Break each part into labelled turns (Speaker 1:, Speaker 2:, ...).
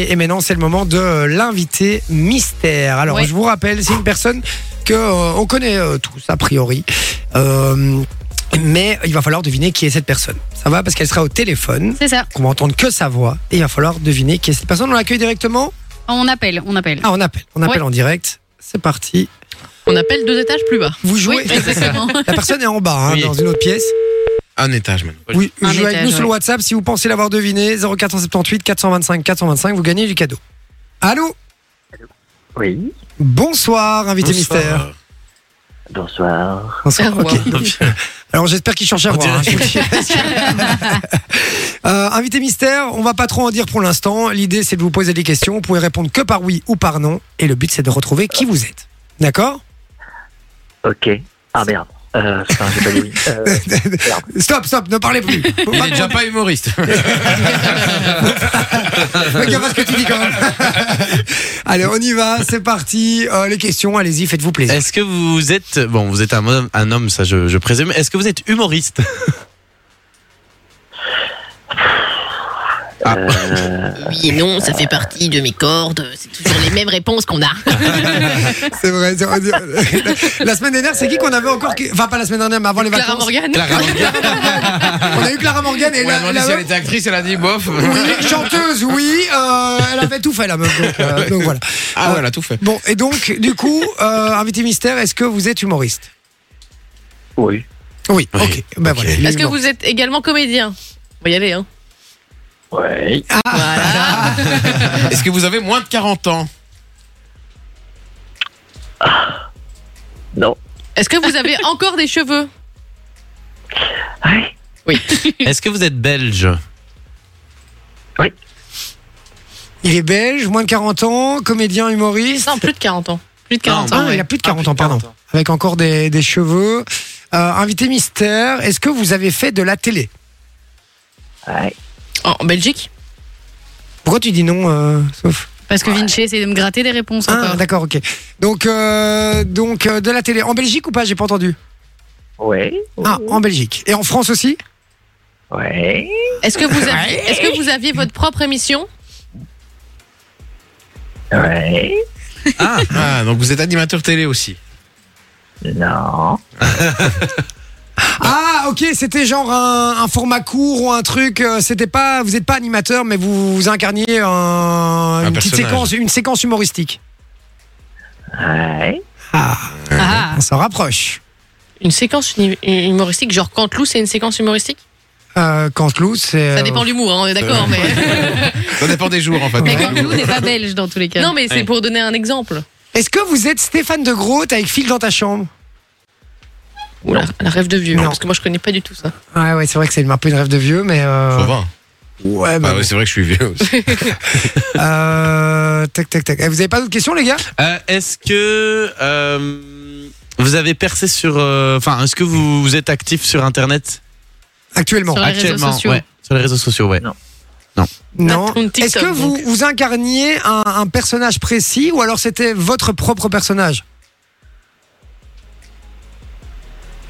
Speaker 1: Et maintenant, c'est le moment de euh, l'invité mystère. Alors,
Speaker 2: Ouais.
Speaker 1: je vous rappelle, c'est une personne que euh, on connaît euh, tous a priori, Euh, mais il va falloir deviner qui est cette personne. Ça va parce qu'elle sera au téléphone.
Speaker 2: C'est ça.
Speaker 1: On va entendre que sa voix et il va falloir deviner qui est cette personne. On l'accueille directement.
Speaker 2: On appelle, on appelle.
Speaker 1: Ah, on appelle. On appelle
Speaker 2: Ouais.
Speaker 1: en direct. C'est parti.
Speaker 3: On appelle deux étages plus bas.
Speaker 1: Vous jouez.
Speaker 3: Oui, exactement.
Speaker 1: La personne est en bas, hein,
Speaker 4: Oui.
Speaker 1: dans une autre pièce.
Speaker 4: Un étage maintenant.
Speaker 1: Oui,
Speaker 2: Un
Speaker 1: jouez avec
Speaker 2: étage,
Speaker 1: nous sur le
Speaker 2: ouais.
Speaker 1: WhatsApp si vous pensez l'avoir deviné. 0478 425 425, vous gagnez du cadeau. Allô
Speaker 5: Oui,
Speaker 1: Bonsoir, invité mystère.
Speaker 5: bonsoir.
Speaker 1: Bonsoir.
Speaker 3: Au revoir.
Speaker 1: ok. Alors j'espère qu'il change à
Speaker 4: On
Speaker 1: voir.
Speaker 4: dirait-
Speaker 1: Euh, invité mystère, on va pas trop en dire pour l'instant. L'idée c'est de vous poser des questions. Vous pouvez répondre que par oui ou par non. Et le but c'est de retrouver qui vous êtes. D'accord
Speaker 5: Ok. Ah merde. Euh, putain, j'ai pas dit oui. Euh,
Speaker 1: Stop, stop, ne parlez plus. Faut
Speaker 4: Il
Speaker 1: pas
Speaker 4: est déjà pas humoriste.
Speaker 1: Fais gaffe à ce que tu dis quand même. Allez, on y va, c'est parti. Euh, les questions, allez-y, faites-vous plaisir.
Speaker 4: Est-ce que vous êtes. Bon, vous êtes un homme, un homme ça je, je présume. Est-ce que vous êtes humoriste Ah.
Speaker 5: euh,
Speaker 3: Oui et non, ça fait partie de mes cordes. C'est toujours les mêmes réponses qu'on a.
Speaker 1: C'est vrai. c'est vrai. La semaine dernière, c'est qui qu'on avait encore qui- Enfin, pas la semaine dernière, mais avant les
Speaker 3: Clara
Speaker 1: vacances.
Speaker 3: Morgan.
Speaker 1: On a eu Clara Morgan et
Speaker 4: On a
Speaker 1: la,
Speaker 4: demandé
Speaker 1: la
Speaker 4: si elle
Speaker 1: meuf-
Speaker 4: était actrice, elle a dit bof.
Speaker 1: Oui, chanteuse, oui. euh, elle avait tout fait, la meuf. Donc, euh, donc voilà.
Speaker 4: Ah voilà, tout fait.
Speaker 1: Bon, et donc, du coup, euh, invité mystère, est-ce que vous êtes humoriste
Speaker 5: oui.
Speaker 1: Oui,
Speaker 4: Oui,
Speaker 1: ok. Ben
Speaker 4: ok.
Speaker 1: voilà. il est
Speaker 3: Est-ce que
Speaker 1: humoriste.
Speaker 3: vous êtes également comédien On va y aller, hein.
Speaker 5: Ouais.
Speaker 3: Voilà.
Speaker 4: Est-ce que vous avez moins de 40 ans
Speaker 5: Non.
Speaker 3: Est-ce que vous avez encore des cheveux
Speaker 5: Ouais.
Speaker 4: Est-ce que vous êtes belge
Speaker 1: Il est belge, moins de 40 ans, comédien, humoriste.
Speaker 3: Non, plus de 40 ans. Plus de 40
Speaker 1: Ah,
Speaker 3: ans. ouais.
Speaker 1: il a plus de 40 ans, pardon. Avec encore des, des cheveux. Euh, invité mystère, est-ce que vous avez fait de la télé
Speaker 5: Ouais.
Speaker 3: En Belgique
Speaker 1: Pourquoi tu dis non, euh, sauf
Speaker 2: Parce que Vinci essaie de me gratter des réponses
Speaker 1: Ah,
Speaker 2: encore.
Speaker 1: d'accord, ok. Donc, euh, donc euh, de la télé. En Belgique ou pas J'ai pas entendu.
Speaker 5: Ouais.
Speaker 3: Oh.
Speaker 1: Ah, en Belgique. Et en France aussi
Speaker 5: Ouais.
Speaker 3: Est-ce que, vous aviez, est-ce que vous aviez votre propre émission
Speaker 5: Ouais.
Speaker 4: ah, ah, donc vous êtes animateur télé aussi.
Speaker 5: Non.
Speaker 1: Ah, ok, c'était genre un, un format court ou un truc. euh, C'était pas, vous n'êtes pas animateur, mais vous, vous incarniez un- une petite
Speaker 4: personnage.
Speaker 1: séquence, une séquence humoristique.
Speaker 5: Ouais.
Speaker 1: Ah,
Speaker 2: Ah,
Speaker 1: on s'en rapproche.
Speaker 3: Une séquence uni- humoristique Genre Cantelou, c'est une séquence humoristique
Speaker 1: Euh, Canteloup, c'est. euh,
Speaker 3: Ça dépend de l'humour, hein, on est d'accord, mais.
Speaker 4: Ça dépend des jours en fait.
Speaker 2: mais Cantelou n'est pas belge dans tous les cas.
Speaker 3: Non, mais c'est
Speaker 4: Ouais.
Speaker 3: pour donner un exemple.
Speaker 1: Est-ce que vous êtes Stéphane de Groot avec Phil dans ta chambre
Speaker 3: Oula, la rêve de vieux,
Speaker 1: Non.
Speaker 3: parce que moi je connais pas du tout ça.
Speaker 1: Ouais, ouais, c'est vrai que c'est un peu une rêve de vieux, mais. euh,
Speaker 4: Faut voir.
Speaker 1: Ouais, bah,
Speaker 4: Ah ouais, c'est vrai que je suis vieux aussi.
Speaker 1: euh, Tac, tac, tac. Eh, Vous avez pas d'autres questions, les gars
Speaker 6: Euh, est-ce que euh, vous avez percé sur, euh, enfin, est-ce que vous, vous êtes actif sur Internet
Speaker 1: Actuellement
Speaker 3: Sur les réseaux
Speaker 6: actuellement
Speaker 3: sociaux.
Speaker 6: ouais, sur les réseaux sociaux, ouais.
Speaker 1: Non.
Speaker 3: Patreon, TikTok,
Speaker 1: Est-ce que vous,
Speaker 3: donc.
Speaker 1: vous incarniez un, un personnage précis ou alors c'était votre propre personnage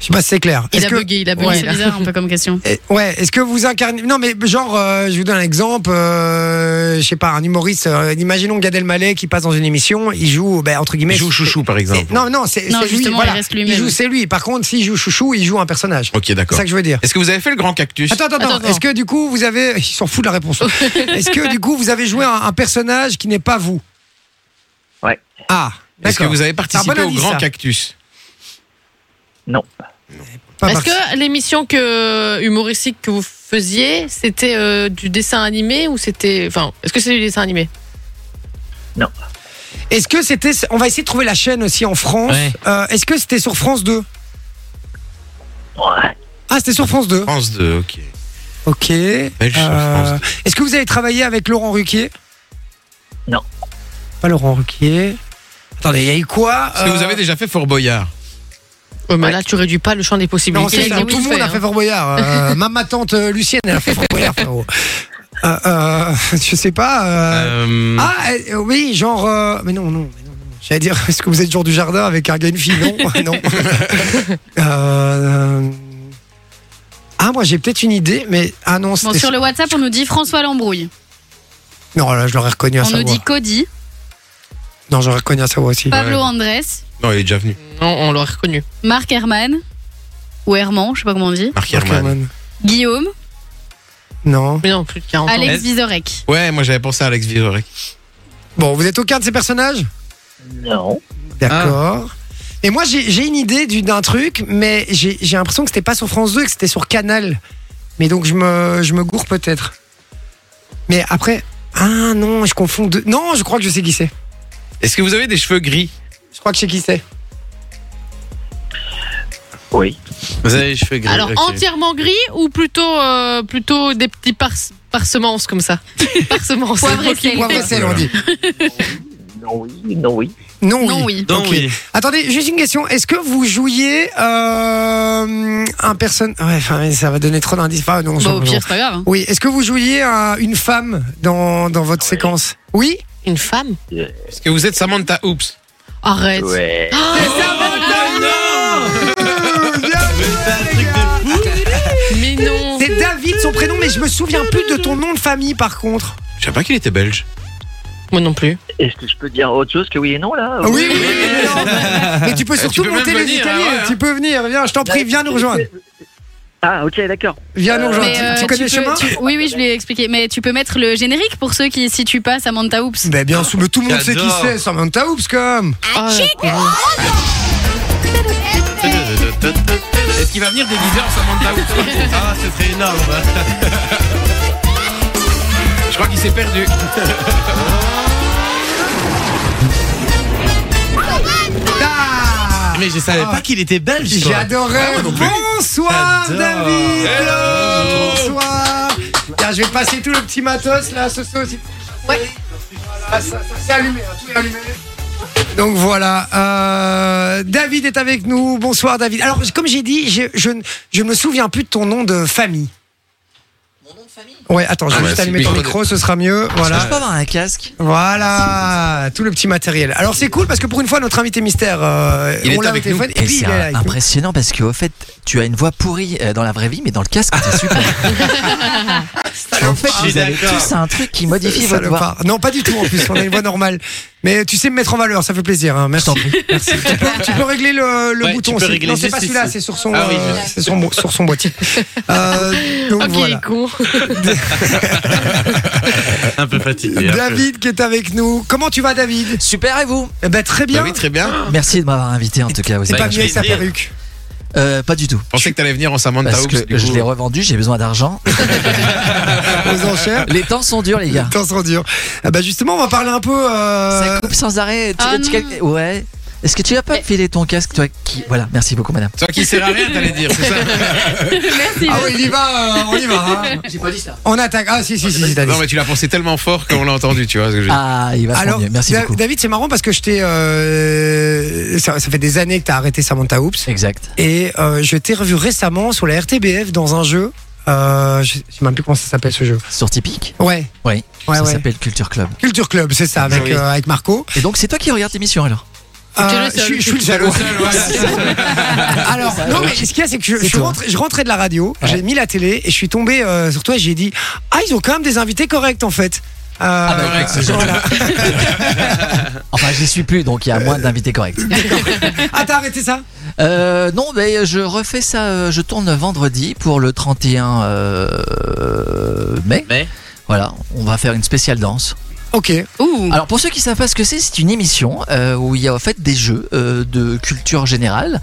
Speaker 1: Je sais pas si c'est clair.
Speaker 3: Il
Speaker 1: Est-ce
Speaker 3: a
Speaker 1: que
Speaker 3: bugué, il a
Speaker 2: Oui,
Speaker 3: bugué.
Speaker 2: c'est
Speaker 3: là.
Speaker 2: bizarre un peu comme question.
Speaker 1: eh, ouais, est-ce que vous incarnez Non mais genre euh, je vous donne un exemple euh, je sais pas un humoriste euh, imaginons Gad Elmaleh qui passe dans une émission, il joue ben, entre guillemets
Speaker 4: Il joue chouchou par exemple.
Speaker 1: Non non, c'est
Speaker 2: Non,
Speaker 1: c'est lui,
Speaker 2: justement,
Speaker 1: voilà.
Speaker 2: il reste
Speaker 1: Il
Speaker 2: lui-même.
Speaker 1: joue c'est lui. Par contre, s'il joue chouchou, il joue un personnage.
Speaker 4: Ok,
Speaker 1: C'est
Speaker 4: d'accord.
Speaker 1: ça que je veux dire.
Speaker 4: Est-ce que vous avez fait le grand cactus
Speaker 1: Attends, attends, attends.
Speaker 3: Attends, attends.
Speaker 1: Est-ce que du coup vous avez. Ils s'en foutent de la réponse. hein. Est-ce que du coup vous avez joué un, un personnage qui n'est pas vous
Speaker 5: Ouais.
Speaker 1: Ah,
Speaker 4: Est-ce que
Speaker 1: d'accord.
Speaker 4: vous avez participé
Speaker 1: bon
Speaker 4: au
Speaker 1: indice,
Speaker 4: grand
Speaker 1: ça.
Speaker 4: cactus
Speaker 5: Non.
Speaker 1: Pas
Speaker 3: Est-ce
Speaker 1: parti.
Speaker 3: que l'émission que humoristique que vous faisiez, c'était euh, du dessin animé ou c'était enfin est-ce que c'est du dessin animé
Speaker 1: Est-ce que c'était. On va essayer de trouver la chaîne aussi en France.
Speaker 6: Ouais.
Speaker 1: Euh, Est-ce que c'était sur France 2
Speaker 5: Ouais.
Speaker 1: Ah, c'était sur France 2.
Speaker 4: France 2, ok.
Speaker 1: Ok. Euh,
Speaker 4: sur France 2.
Speaker 1: Est-ce que vous avez travaillé avec Laurent Ruquier
Speaker 5: Non.
Speaker 1: Pas Laurent Ruquier. Attendez, il y a eu quoi
Speaker 4: Est-ce que vous
Speaker 1: Euh,
Speaker 4: avez déjà fait Fort Boyard
Speaker 3: Ouais, mais Là, tu réduis pas le champ des
Speaker 1: Non,
Speaker 3: possibilités.
Speaker 1: c'est ça.
Speaker 3: Ils ont
Speaker 1: Tout le monde
Speaker 3: fait,
Speaker 1: a fait
Speaker 3: hein.
Speaker 1: Fort Boyard. Euh, même ma tante euh, Lucienne, elle a fait Fort Boyard, frérot. Euh, euh, je sais pas. euh,
Speaker 6: Euh,
Speaker 4: Hmm.
Speaker 1: Ah euh, oui, genre. euh, Mais non, non. mais non, non. J'allais dire, est-ce que vous êtes genre du jardin avec un gars et une fille Non, non. Euh, Ah, moi j'ai peut-être une idée, mais ah non,
Speaker 2: Bon,
Speaker 1: c'était-
Speaker 2: sur le WhatsApp, on nous dit François Lambrouille.
Speaker 1: Non, là, je l'aurais reconnu à
Speaker 2: On
Speaker 1: sa
Speaker 2: nous
Speaker 1: voix.
Speaker 2: dit Cody,
Speaker 1: Non, j'aurais reconnu à sa voix aussi.
Speaker 2: Pablo Andrés,
Speaker 6: Non, il est déjà venu.
Speaker 3: hein. Non, on l'aurait reconnu.
Speaker 2: Marc Herman, ou Herman, je sais pas comment on dit,
Speaker 6: Marc
Speaker 1: Mark
Speaker 6: Herman.
Speaker 1: Herman.
Speaker 2: Guillaume,
Speaker 1: Non.
Speaker 3: Mais non, plus de 40 ans.
Speaker 2: Alex Vizorek.
Speaker 4: Ouais, moi j'avais pensé à Alex Vizorek.
Speaker 1: Bon, vous êtes aucun de ces personnages
Speaker 5: Non.
Speaker 1: D'accord. Ah. Et moi, j'ai j'ai une idée du- d'un truc, mais j'ai j'ai l'impression que c'était pas sur France 2, que c'était sur Canal. Mais donc, je me, je me gourre peut-être. Mais après. Ah non, je confonds deux. Non, je crois que je sais qui c'est.
Speaker 4: Est-ce que vous avez des cheveux gris
Speaker 1: Je crois que je sais qui c'est.
Speaker 5: Oui.
Speaker 6: Vous avez les cheveux gris.
Speaker 3: Eh, Alors,
Speaker 6: ok.
Speaker 3: entièrement gris ou plutôt, euh, plutôt des petits pars parsemences comme ça Parsemences.
Speaker 2: Poivre et
Speaker 3: Ok.
Speaker 2: sel.
Speaker 1: Poivre et sel, on dit.
Speaker 5: Non, oui. Non, oui.
Speaker 1: Non,
Speaker 2: Non, oui.
Speaker 6: Non,
Speaker 1: Ok.
Speaker 6: oui.
Speaker 1: Attendez, juste une question. Est-ce que vous jouiez euh, un personne Ouais, enfin, ça va donner trop d'indices. Enfin, non,
Speaker 2: Bah,
Speaker 1: j'en-
Speaker 2: au pire, c'est pas grave. hein.
Speaker 1: Oui, est-ce que vous jouiez un- une femme dans, dans votre
Speaker 5: Ouais.
Speaker 1: séquence Oui
Speaker 3: Une femme
Speaker 4: Est-ce que vous êtes Samantha Oops
Speaker 3: Arrête.
Speaker 5: Ouais.
Speaker 1: Ah,
Speaker 3: Mais non.
Speaker 1: C'est David, son prénom, mais je me souviens plus de ton nom de famille par contre.
Speaker 4: Je savais pas qu'il était belge.
Speaker 3: Moi non plus.
Speaker 5: Est-ce que je peux dire autre chose que Ah oui et non, là
Speaker 1: Ah Oui, oui, oui, mais non. Mais tu peux surtout
Speaker 4: peux même
Speaker 1: monter les
Speaker 4: venir,
Speaker 1: escaliers.
Speaker 4: hein, ouais, hein.
Speaker 1: Tu peux venir, viens, je t'en prie, viens nous rejoindre.
Speaker 5: Ah, ok, d'accord.
Speaker 1: Viens nous rejoindre.
Speaker 2: Mais,
Speaker 1: Tu-
Speaker 2: euh,
Speaker 1: tu, connais
Speaker 2: peux-
Speaker 1: le chemin
Speaker 2: tu- Oui, oui, je lui ai expliqué. Mais tu peux mettre le générique pour ceux qui, si tu passes, Samantha Oops.
Speaker 1: Ben, bien sûr, mais tout le monde sait qui
Speaker 6: J'adore.
Speaker 1: c'est, Samantha Oops, comme.
Speaker 3: Ah,
Speaker 6: Est-ce qu'il va venir déguisé en Samantha House Ah, ce serait énorme.
Speaker 4: Je crois qu'il s'est perdu.
Speaker 1: Ah
Speaker 6: Mais je savais
Speaker 1: Ah.
Speaker 6: pas qu'il était belge. toi.
Speaker 1: J'adorais. Bonsoir,
Speaker 6: J'adore.
Speaker 1: David.
Speaker 6: Hello.
Speaker 1: Bonsoir. Tiens, je vais passer tout le petit matos là, ce soir aussi. Ouais. Voilà, ça, ça c'est allumé, hein, tout est allumé. Donc voilà, euh, David est avec nous. Bonsoir David. Alors comme j'ai dit, je, je, ne- je ne me souviens plus de ton nom de famille. Mon nom de famille Ouais, attends, je vais
Speaker 4: Ah,
Speaker 1: juste
Speaker 4: bah,
Speaker 1: allumer
Speaker 4: c'est
Speaker 1: ton
Speaker 4: bien.
Speaker 1: micro, ce sera mieux. Voilà.
Speaker 7: peux avoir un casque
Speaker 1: Voilà, tout le petit matériel. Alors c'est cool parce que pour une fois, notre invité mystère, euh,
Speaker 4: Il
Speaker 1: on l'a
Speaker 4: est
Speaker 1: au
Speaker 4: avec nous.
Speaker 1: téléphone et
Speaker 7: Et
Speaker 1: puis il
Speaker 7: c'est
Speaker 1: est là.
Speaker 7: un-
Speaker 1: avec nous.
Speaker 7: impressionnant parce qu'au fait, tu as une voix pourrie euh, dans la vraie vie, mais dans le casque, t'es super.
Speaker 1: Ah,
Speaker 7: en fait,
Speaker 6: Je suis
Speaker 7: vous avez
Speaker 6: d'accord.
Speaker 7: tous un truc qui modifie votre voix.
Speaker 1: Salopard. Non, pas du tout en plus, on a une voix normale. Mais tu sais me mettre en valeur, ça fait plaisir. hein.
Speaker 7: Je
Speaker 1: Merci.
Speaker 7: t'en prie. Merci.
Speaker 1: Tu peux, tu peux régler le, le
Speaker 6: Ouais,
Speaker 1: bouton.
Speaker 6: tu peux
Speaker 1: c'est-
Speaker 6: régler
Speaker 1: non, c'est
Speaker 6: juste
Speaker 1: pas celui-là,
Speaker 6: ici.
Speaker 1: c'est sur son,
Speaker 6: Ah oui,
Speaker 1: euh,
Speaker 6: je-
Speaker 1: c'est sur, mon- sur son boîtier. Euh, donc
Speaker 3: ok,
Speaker 1: voilà.
Speaker 3: con.
Speaker 6: Un peu fatigué. un peu.
Speaker 1: David qui est avec nous. Comment tu vas, David
Speaker 7: Super, et vous
Speaker 1: Eh ben, très bien.
Speaker 4: Bah oui, très bien.
Speaker 7: Merci de m'avoir invité en tout cas. Vous
Speaker 1: C'est
Speaker 7: êtes-
Speaker 1: pas
Speaker 6: je
Speaker 1: mieux avec
Speaker 6: vais
Speaker 1: sa
Speaker 6: dire.
Speaker 1: perruque.
Speaker 7: Euh, pas du tout.
Speaker 4: Je pensais que t'allais venir en
Speaker 1: Ah,
Speaker 4: Samantha
Speaker 7: Parce
Speaker 4: Oops.
Speaker 7: que
Speaker 4: du
Speaker 7: je
Speaker 4: coup.
Speaker 7: l'ai revendu, j'ai besoin d'argent.
Speaker 1: Aux enchères.
Speaker 7: Les temps sont durs, les gars.
Speaker 1: Les temps sont durs. Ah bah justement, on va parler un peu. euh,
Speaker 7: Ça coupe sans arrêt. Tu-
Speaker 2: Ah
Speaker 7: tu-
Speaker 2: non.
Speaker 7: quel- Ouais. Est-ce que tu vas pas me filer ton casque, toi qui. Voilà, merci beaucoup, madame.
Speaker 4: Toi qui sert à rien, t'allais dire, c'est ça
Speaker 2: Merci.
Speaker 1: Ah oui, il y va, euh, on y va. hein.
Speaker 7: J'ai pas dit ça.
Speaker 1: On attaque. Ah si, si, si, si t'as dit.
Speaker 4: Non, mais tu l'as pensé tellement fort qu'on l'a entendu, tu vois. ce que je veux dire.
Speaker 7: Ah, il va se
Speaker 1: Alors,
Speaker 7: prendre mieux. Merci
Speaker 1: Da-
Speaker 7: beaucoup.
Speaker 1: David, c'est marrant parce que je t'ai. euh, ça, ça fait des années que t'as arrêté Samantha Oops.
Speaker 7: Exact.
Speaker 1: Et euh, je t'ai revu récemment sur la RTBF dans un jeu. Euh, je je sais même plus comment ça s'appelle ce jeu.
Speaker 7: Sur Typique,
Speaker 1: Ouais.
Speaker 7: Oui.
Speaker 1: Ouais,
Speaker 7: ça
Speaker 1: ouais.
Speaker 7: s'appelle Ah Culture Club.
Speaker 1: Culture Club, c'est ça, avec,
Speaker 4: Oui.
Speaker 1: euh, avec Marco.
Speaker 7: Et donc, c'est toi qui regardes l'émission alors
Speaker 1: Euh,
Speaker 3: le
Speaker 1: je,
Speaker 3: seul.
Speaker 1: suis- je suis le
Speaker 4: T'es
Speaker 1: seul.
Speaker 4: le seul, ouais, c'est ça.
Speaker 1: Alors, non, mais ce qu'il y a, c'est que je,
Speaker 7: C'est
Speaker 1: je
Speaker 7: toi.
Speaker 1: rentrais, je rentrais de la radio,
Speaker 7: Ouais.
Speaker 1: j'ai mis la télé et je suis tombé euh, sur toi et j'ai dit Ah, ils ont quand même des invités corrects en fait. Euh,
Speaker 7: bah,
Speaker 4: correct, c'est
Speaker 1: voilà.
Speaker 7: Enfin, j'y suis plus, donc il y a moins d'invités corrects.
Speaker 1: Ah, t'as arrêté ça
Speaker 7: Euh, non, mais je refais ça, euh, je tourne vendredi pour le 31 euh, mai.
Speaker 6: Mai.
Speaker 7: Voilà, on va faire une spéciale danse.
Speaker 1: Ok.
Speaker 3: Mm.
Speaker 2: Ouh.
Speaker 7: Alors pour ceux qui savent pas ce que c'est, c'est une émission euh, où il y a en fait des jeux euh, de culture générale.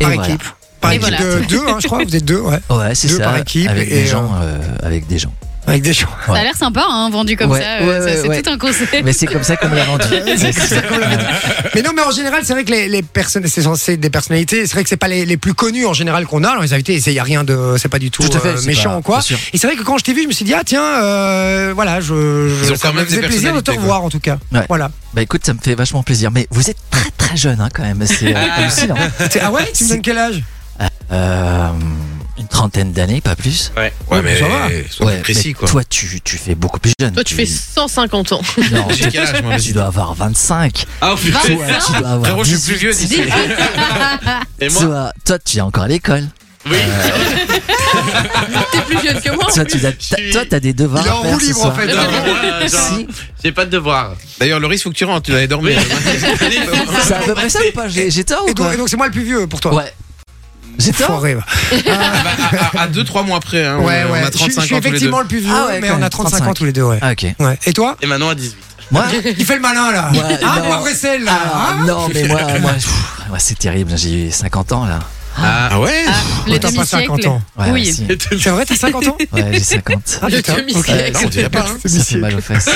Speaker 7: Et
Speaker 1: par
Speaker 7: voilà.
Speaker 1: équipe. Par
Speaker 2: Et
Speaker 1: équipe
Speaker 2: voilà.
Speaker 1: de deux, hein, je crois, vous êtes deux, ouais.
Speaker 7: Ouais, c'est
Speaker 1: Deux
Speaker 7: ça.
Speaker 1: par équipe
Speaker 7: avec,
Speaker 1: et,
Speaker 7: des gens, euh, avec des gens.
Speaker 1: Avec des gens.
Speaker 2: Ça a l'air sympa, hein, vendu comme
Speaker 7: Ouais,
Speaker 2: ça. euh,
Speaker 7: ouais,
Speaker 2: ça,
Speaker 7: ouais,
Speaker 2: c'est
Speaker 7: ouais.
Speaker 2: tout un concept.
Speaker 7: Mais c'est comme ça qu'on me l'a vendu.
Speaker 1: C'est comme ça qu'on l'avait dit. mais non, mais en général, c'est vrai que les, les personnes, c'est censé être des personnalités. C'est vrai que c'est pas les, les plus connus en général qu'on a. Alors, les invités, il y a rien de, c'est pas du tout, euh,
Speaker 7: c'est
Speaker 1: méchant
Speaker 7: pas-
Speaker 1: ou quoi.
Speaker 7: bien sûr.
Speaker 1: Et c'est vrai que quand je t'ai vu, je me suis dit ah tiens, euh, voilà, je, je
Speaker 4: Ils ont
Speaker 1: ça
Speaker 4: quand
Speaker 1: me
Speaker 4: même
Speaker 1: faisait
Speaker 4: des
Speaker 1: plaisir de te
Speaker 4: personnalités,
Speaker 1: revoir en tout cas.
Speaker 7: Ouais.
Speaker 1: Voilà.
Speaker 7: Bah écoute, ça me fait vachement plaisir. Mais vous êtes très très jeune hein, quand même, c'est euh, hallucinant.
Speaker 1: T'es- Ah ouais, tu me donnes quel âge
Speaker 7: Euh, une trentaine d'années, pas plus.
Speaker 4: Ouais,
Speaker 1: mais
Speaker 4: mais
Speaker 1: ça va.
Speaker 4: sois plus précis,
Speaker 7: mais
Speaker 4: quoi.
Speaker 7: Toi, tu, tu fais beaucoup plus jeune.
Speaker 3: Toi, tu fais 150
Speaker 1: Oh,
Speaker 3: ans.
Speaker 7: Non,
Speaker 4: J'ai quel âge, moi,
Speaker 7: tu
Speaker 4: vas-y.
Speaker 7: dois avoir 25.
Speaker 6: Ah, putain.
Speaker 7: Toi, tu dois avoir.
Speaker 4: Frérot, je suis
Speaker 7: 18.
Speaker 4: plus vieux d'ici.
Speaker 2: Dis-
Speaker 6: Et moi
Speaker 7: Toi, toi, tu es encore à l'école.
Speaker 6: Oui.
Speaker 3: T'es plus jeune que moi. en
Speaker 7: Toi,
Speaker 3: plus.
Speaker 7: tu as,
Speaker 6: suis-
Speaker 7: toi, t'as des devoirs
Speaker 1: Il est
Speaker 7: à
Speaker 1: en
Speaker 7: faire
Speaker 1: roue
Speaker 7: ce
Speaker 1: libre, en
Speaker 7: soir.
Speaker 1: fait.
Speaker 6: Non, voilà, genre,
Speaker 7: Si,
Speaker 6: J'ai pas de devoir.
Speaker 4: hein. D'ailleurs, Loris, faut que tu rentres, tu vas aller dormir.
Speaker 6: Oui.
Speaker 3: Ah,
Speaker 7: c'est à peu près ça ou pas J'ai j'ai tort
Speaker 1: Et
Speaker 7: ou
Speaker 1: donc,
Speaker 7: quoi
Speaker 1: et donc, c'est moi le plus vieux pour toi.
Speaker 7: Ouais. J'ai tort
Speaker 1: Foiré, ouais.
Speaker 4: Bah, à- à 2-3 mois après, hein, on-
Speaker 1: Ouais, ouais.
Speaker 4: on a
Speaker 1: je, suis- je suis
Speaker 4: 35 ans tous les deux.
Speaker 1: effectivement le plus vieux,
Speaker 7: Ah ouais,
Speaker 1: mais
Speaker 7: quand
Speaker 1: on a
Speaker 7: même,
Speaker 1: 35,
Speaker 7: 35.
Speaker 1: ans tous les deux, ouais.
Speaker 7: Ah, ok.
Speaker 1: ouais. Et toi
Speaker 6: Et Manon à 18.
Speaker 7: Moi
Speaker 1: Il fait le malin, là.
Speaker 7: Ouais,
Speaker 1: ah,
Speaker 7: non.
Speaker 1: pauvre Estelle, là.
Speaker 7: Ah,
Speaker 1: hein
Speaker 7: non, mais moi, moi, pff, moi, c'est terrible. J'ai 50 ans là.
Speaker 4: Ah ouais
Speaker 2: Ah,
Speaker 1: Ouais,
Speaker 2: le
Speaker 1: t'as pas 50
Speaker 2: demi-siècle.
Speaker 1: ans.
Speaker 7: Ouais,
Speaker 2: Oui.
Speaker 7: si.
Speaker 1: C'est vrai, t'as 50 ans
Speaker 7: Ouais, j'ai 50.
Speaker 1: Ah,
Speaker 3: Le
Speaker 1: putain.
Speaker 3: demi-siècle.
Speaker 1: Ok.
Speaker 4: Euh, non, on dirait pas. hein.
Speaker 7: Ça fait mal aux fesses.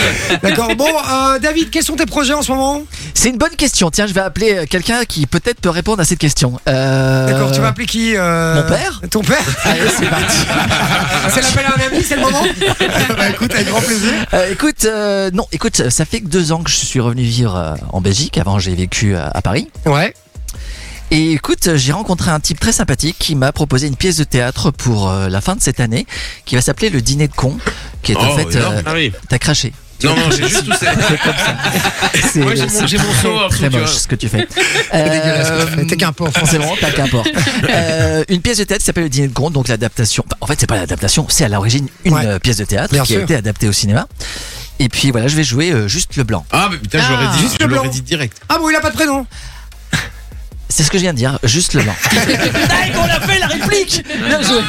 Speaker 1: D'accord. Bon, euh, David, quels sont tes projets en ce moment
Speaker 7: C'est une bonne question. Tiens, je vais appeler euh, quelqu'un qui peut-être peut répondre à cette question. Euh,
Speaker 1: D'accord, tu vas appeler qui euh,
Speaker 7: mon père
Speaker 1: Ton père
Speaker 7: Allez, c'est parti.
Speaker 1: C'est l'appel à un ami, c'est le moment Bah écoute, avec grand plaisir.
Speaker 7: Euh, écoute, euh, non, écoute, ça fait que deux ans que je suis revenu vivre euh, en Belgique. Avant, j'ai vécu euh, à- à Paris.
Speaker 1: Ouais.
Speaker 7: Et écoute, euh, j'ai rencontré un type très sympathique qui m'a proposé une pièce de théâtre pour euh, la fin de cette année, qui va s'appeler Le Dîner de con, qui est en
Speaker 4: Oh,
Speaker 7: fait,
Speaker 4: énorme.
Speaker 7: euh,
Speaker 6: Ah oui.
Speaker 7: t'as craché.
Speaker 4: Non, non, j'ai juste tout ça.
Speaker 7: C'est
Speaker 4: Moi, j'ai mon-
Speaker 7: c'est
Speaker 4: j'ai mon
Speaker 7: très,
Speaker 4: saut en
Speaker 7: très
Speaker 4: dessous, tu
Speaker 7: moche
Speaker 4: vois.
Speaker 7: ce que tu fais.
Speaker 1: C'est dégueulasse.
Speaker 7: Euh,
Speaker 1: ce que tu fais. T'es qu'un pauvre.
Speaker 7: C'est vraiment pas qu'importe. Euh, une pièce de théâtre qui s'appelle Le Dîner de con, donc l'adaptation. enfin, en fait, c'est pas l'adaptation, c'est à l'origine une
Speaker 1: Ouais.
Speaker 7: euh, pièce de théâtre
Speaker 1: Bien
Speaker 7: qui a
Speaker 1: sûr.
Speaker 7: été adaptée au cinéma. Et puis voilà, je vais jouer euh, juste le blanc.
Speaker 4: Ah, mais putain, je
Speaker 3: Ah.
Speaker 4: l'aurais dit,
Speaker 1: Juste
Speaker 4: je
Speaker 1: le
Speaker 4: l'aurais
Speaker 1: blanc.
Speaker 4: dit direct.
Speaker 1: Ah bon, il a pas de prénom
Speaker 7: C'est ce que je viens de dire, juste le blanc. Dingue, on l'a fait la réplique Bien joué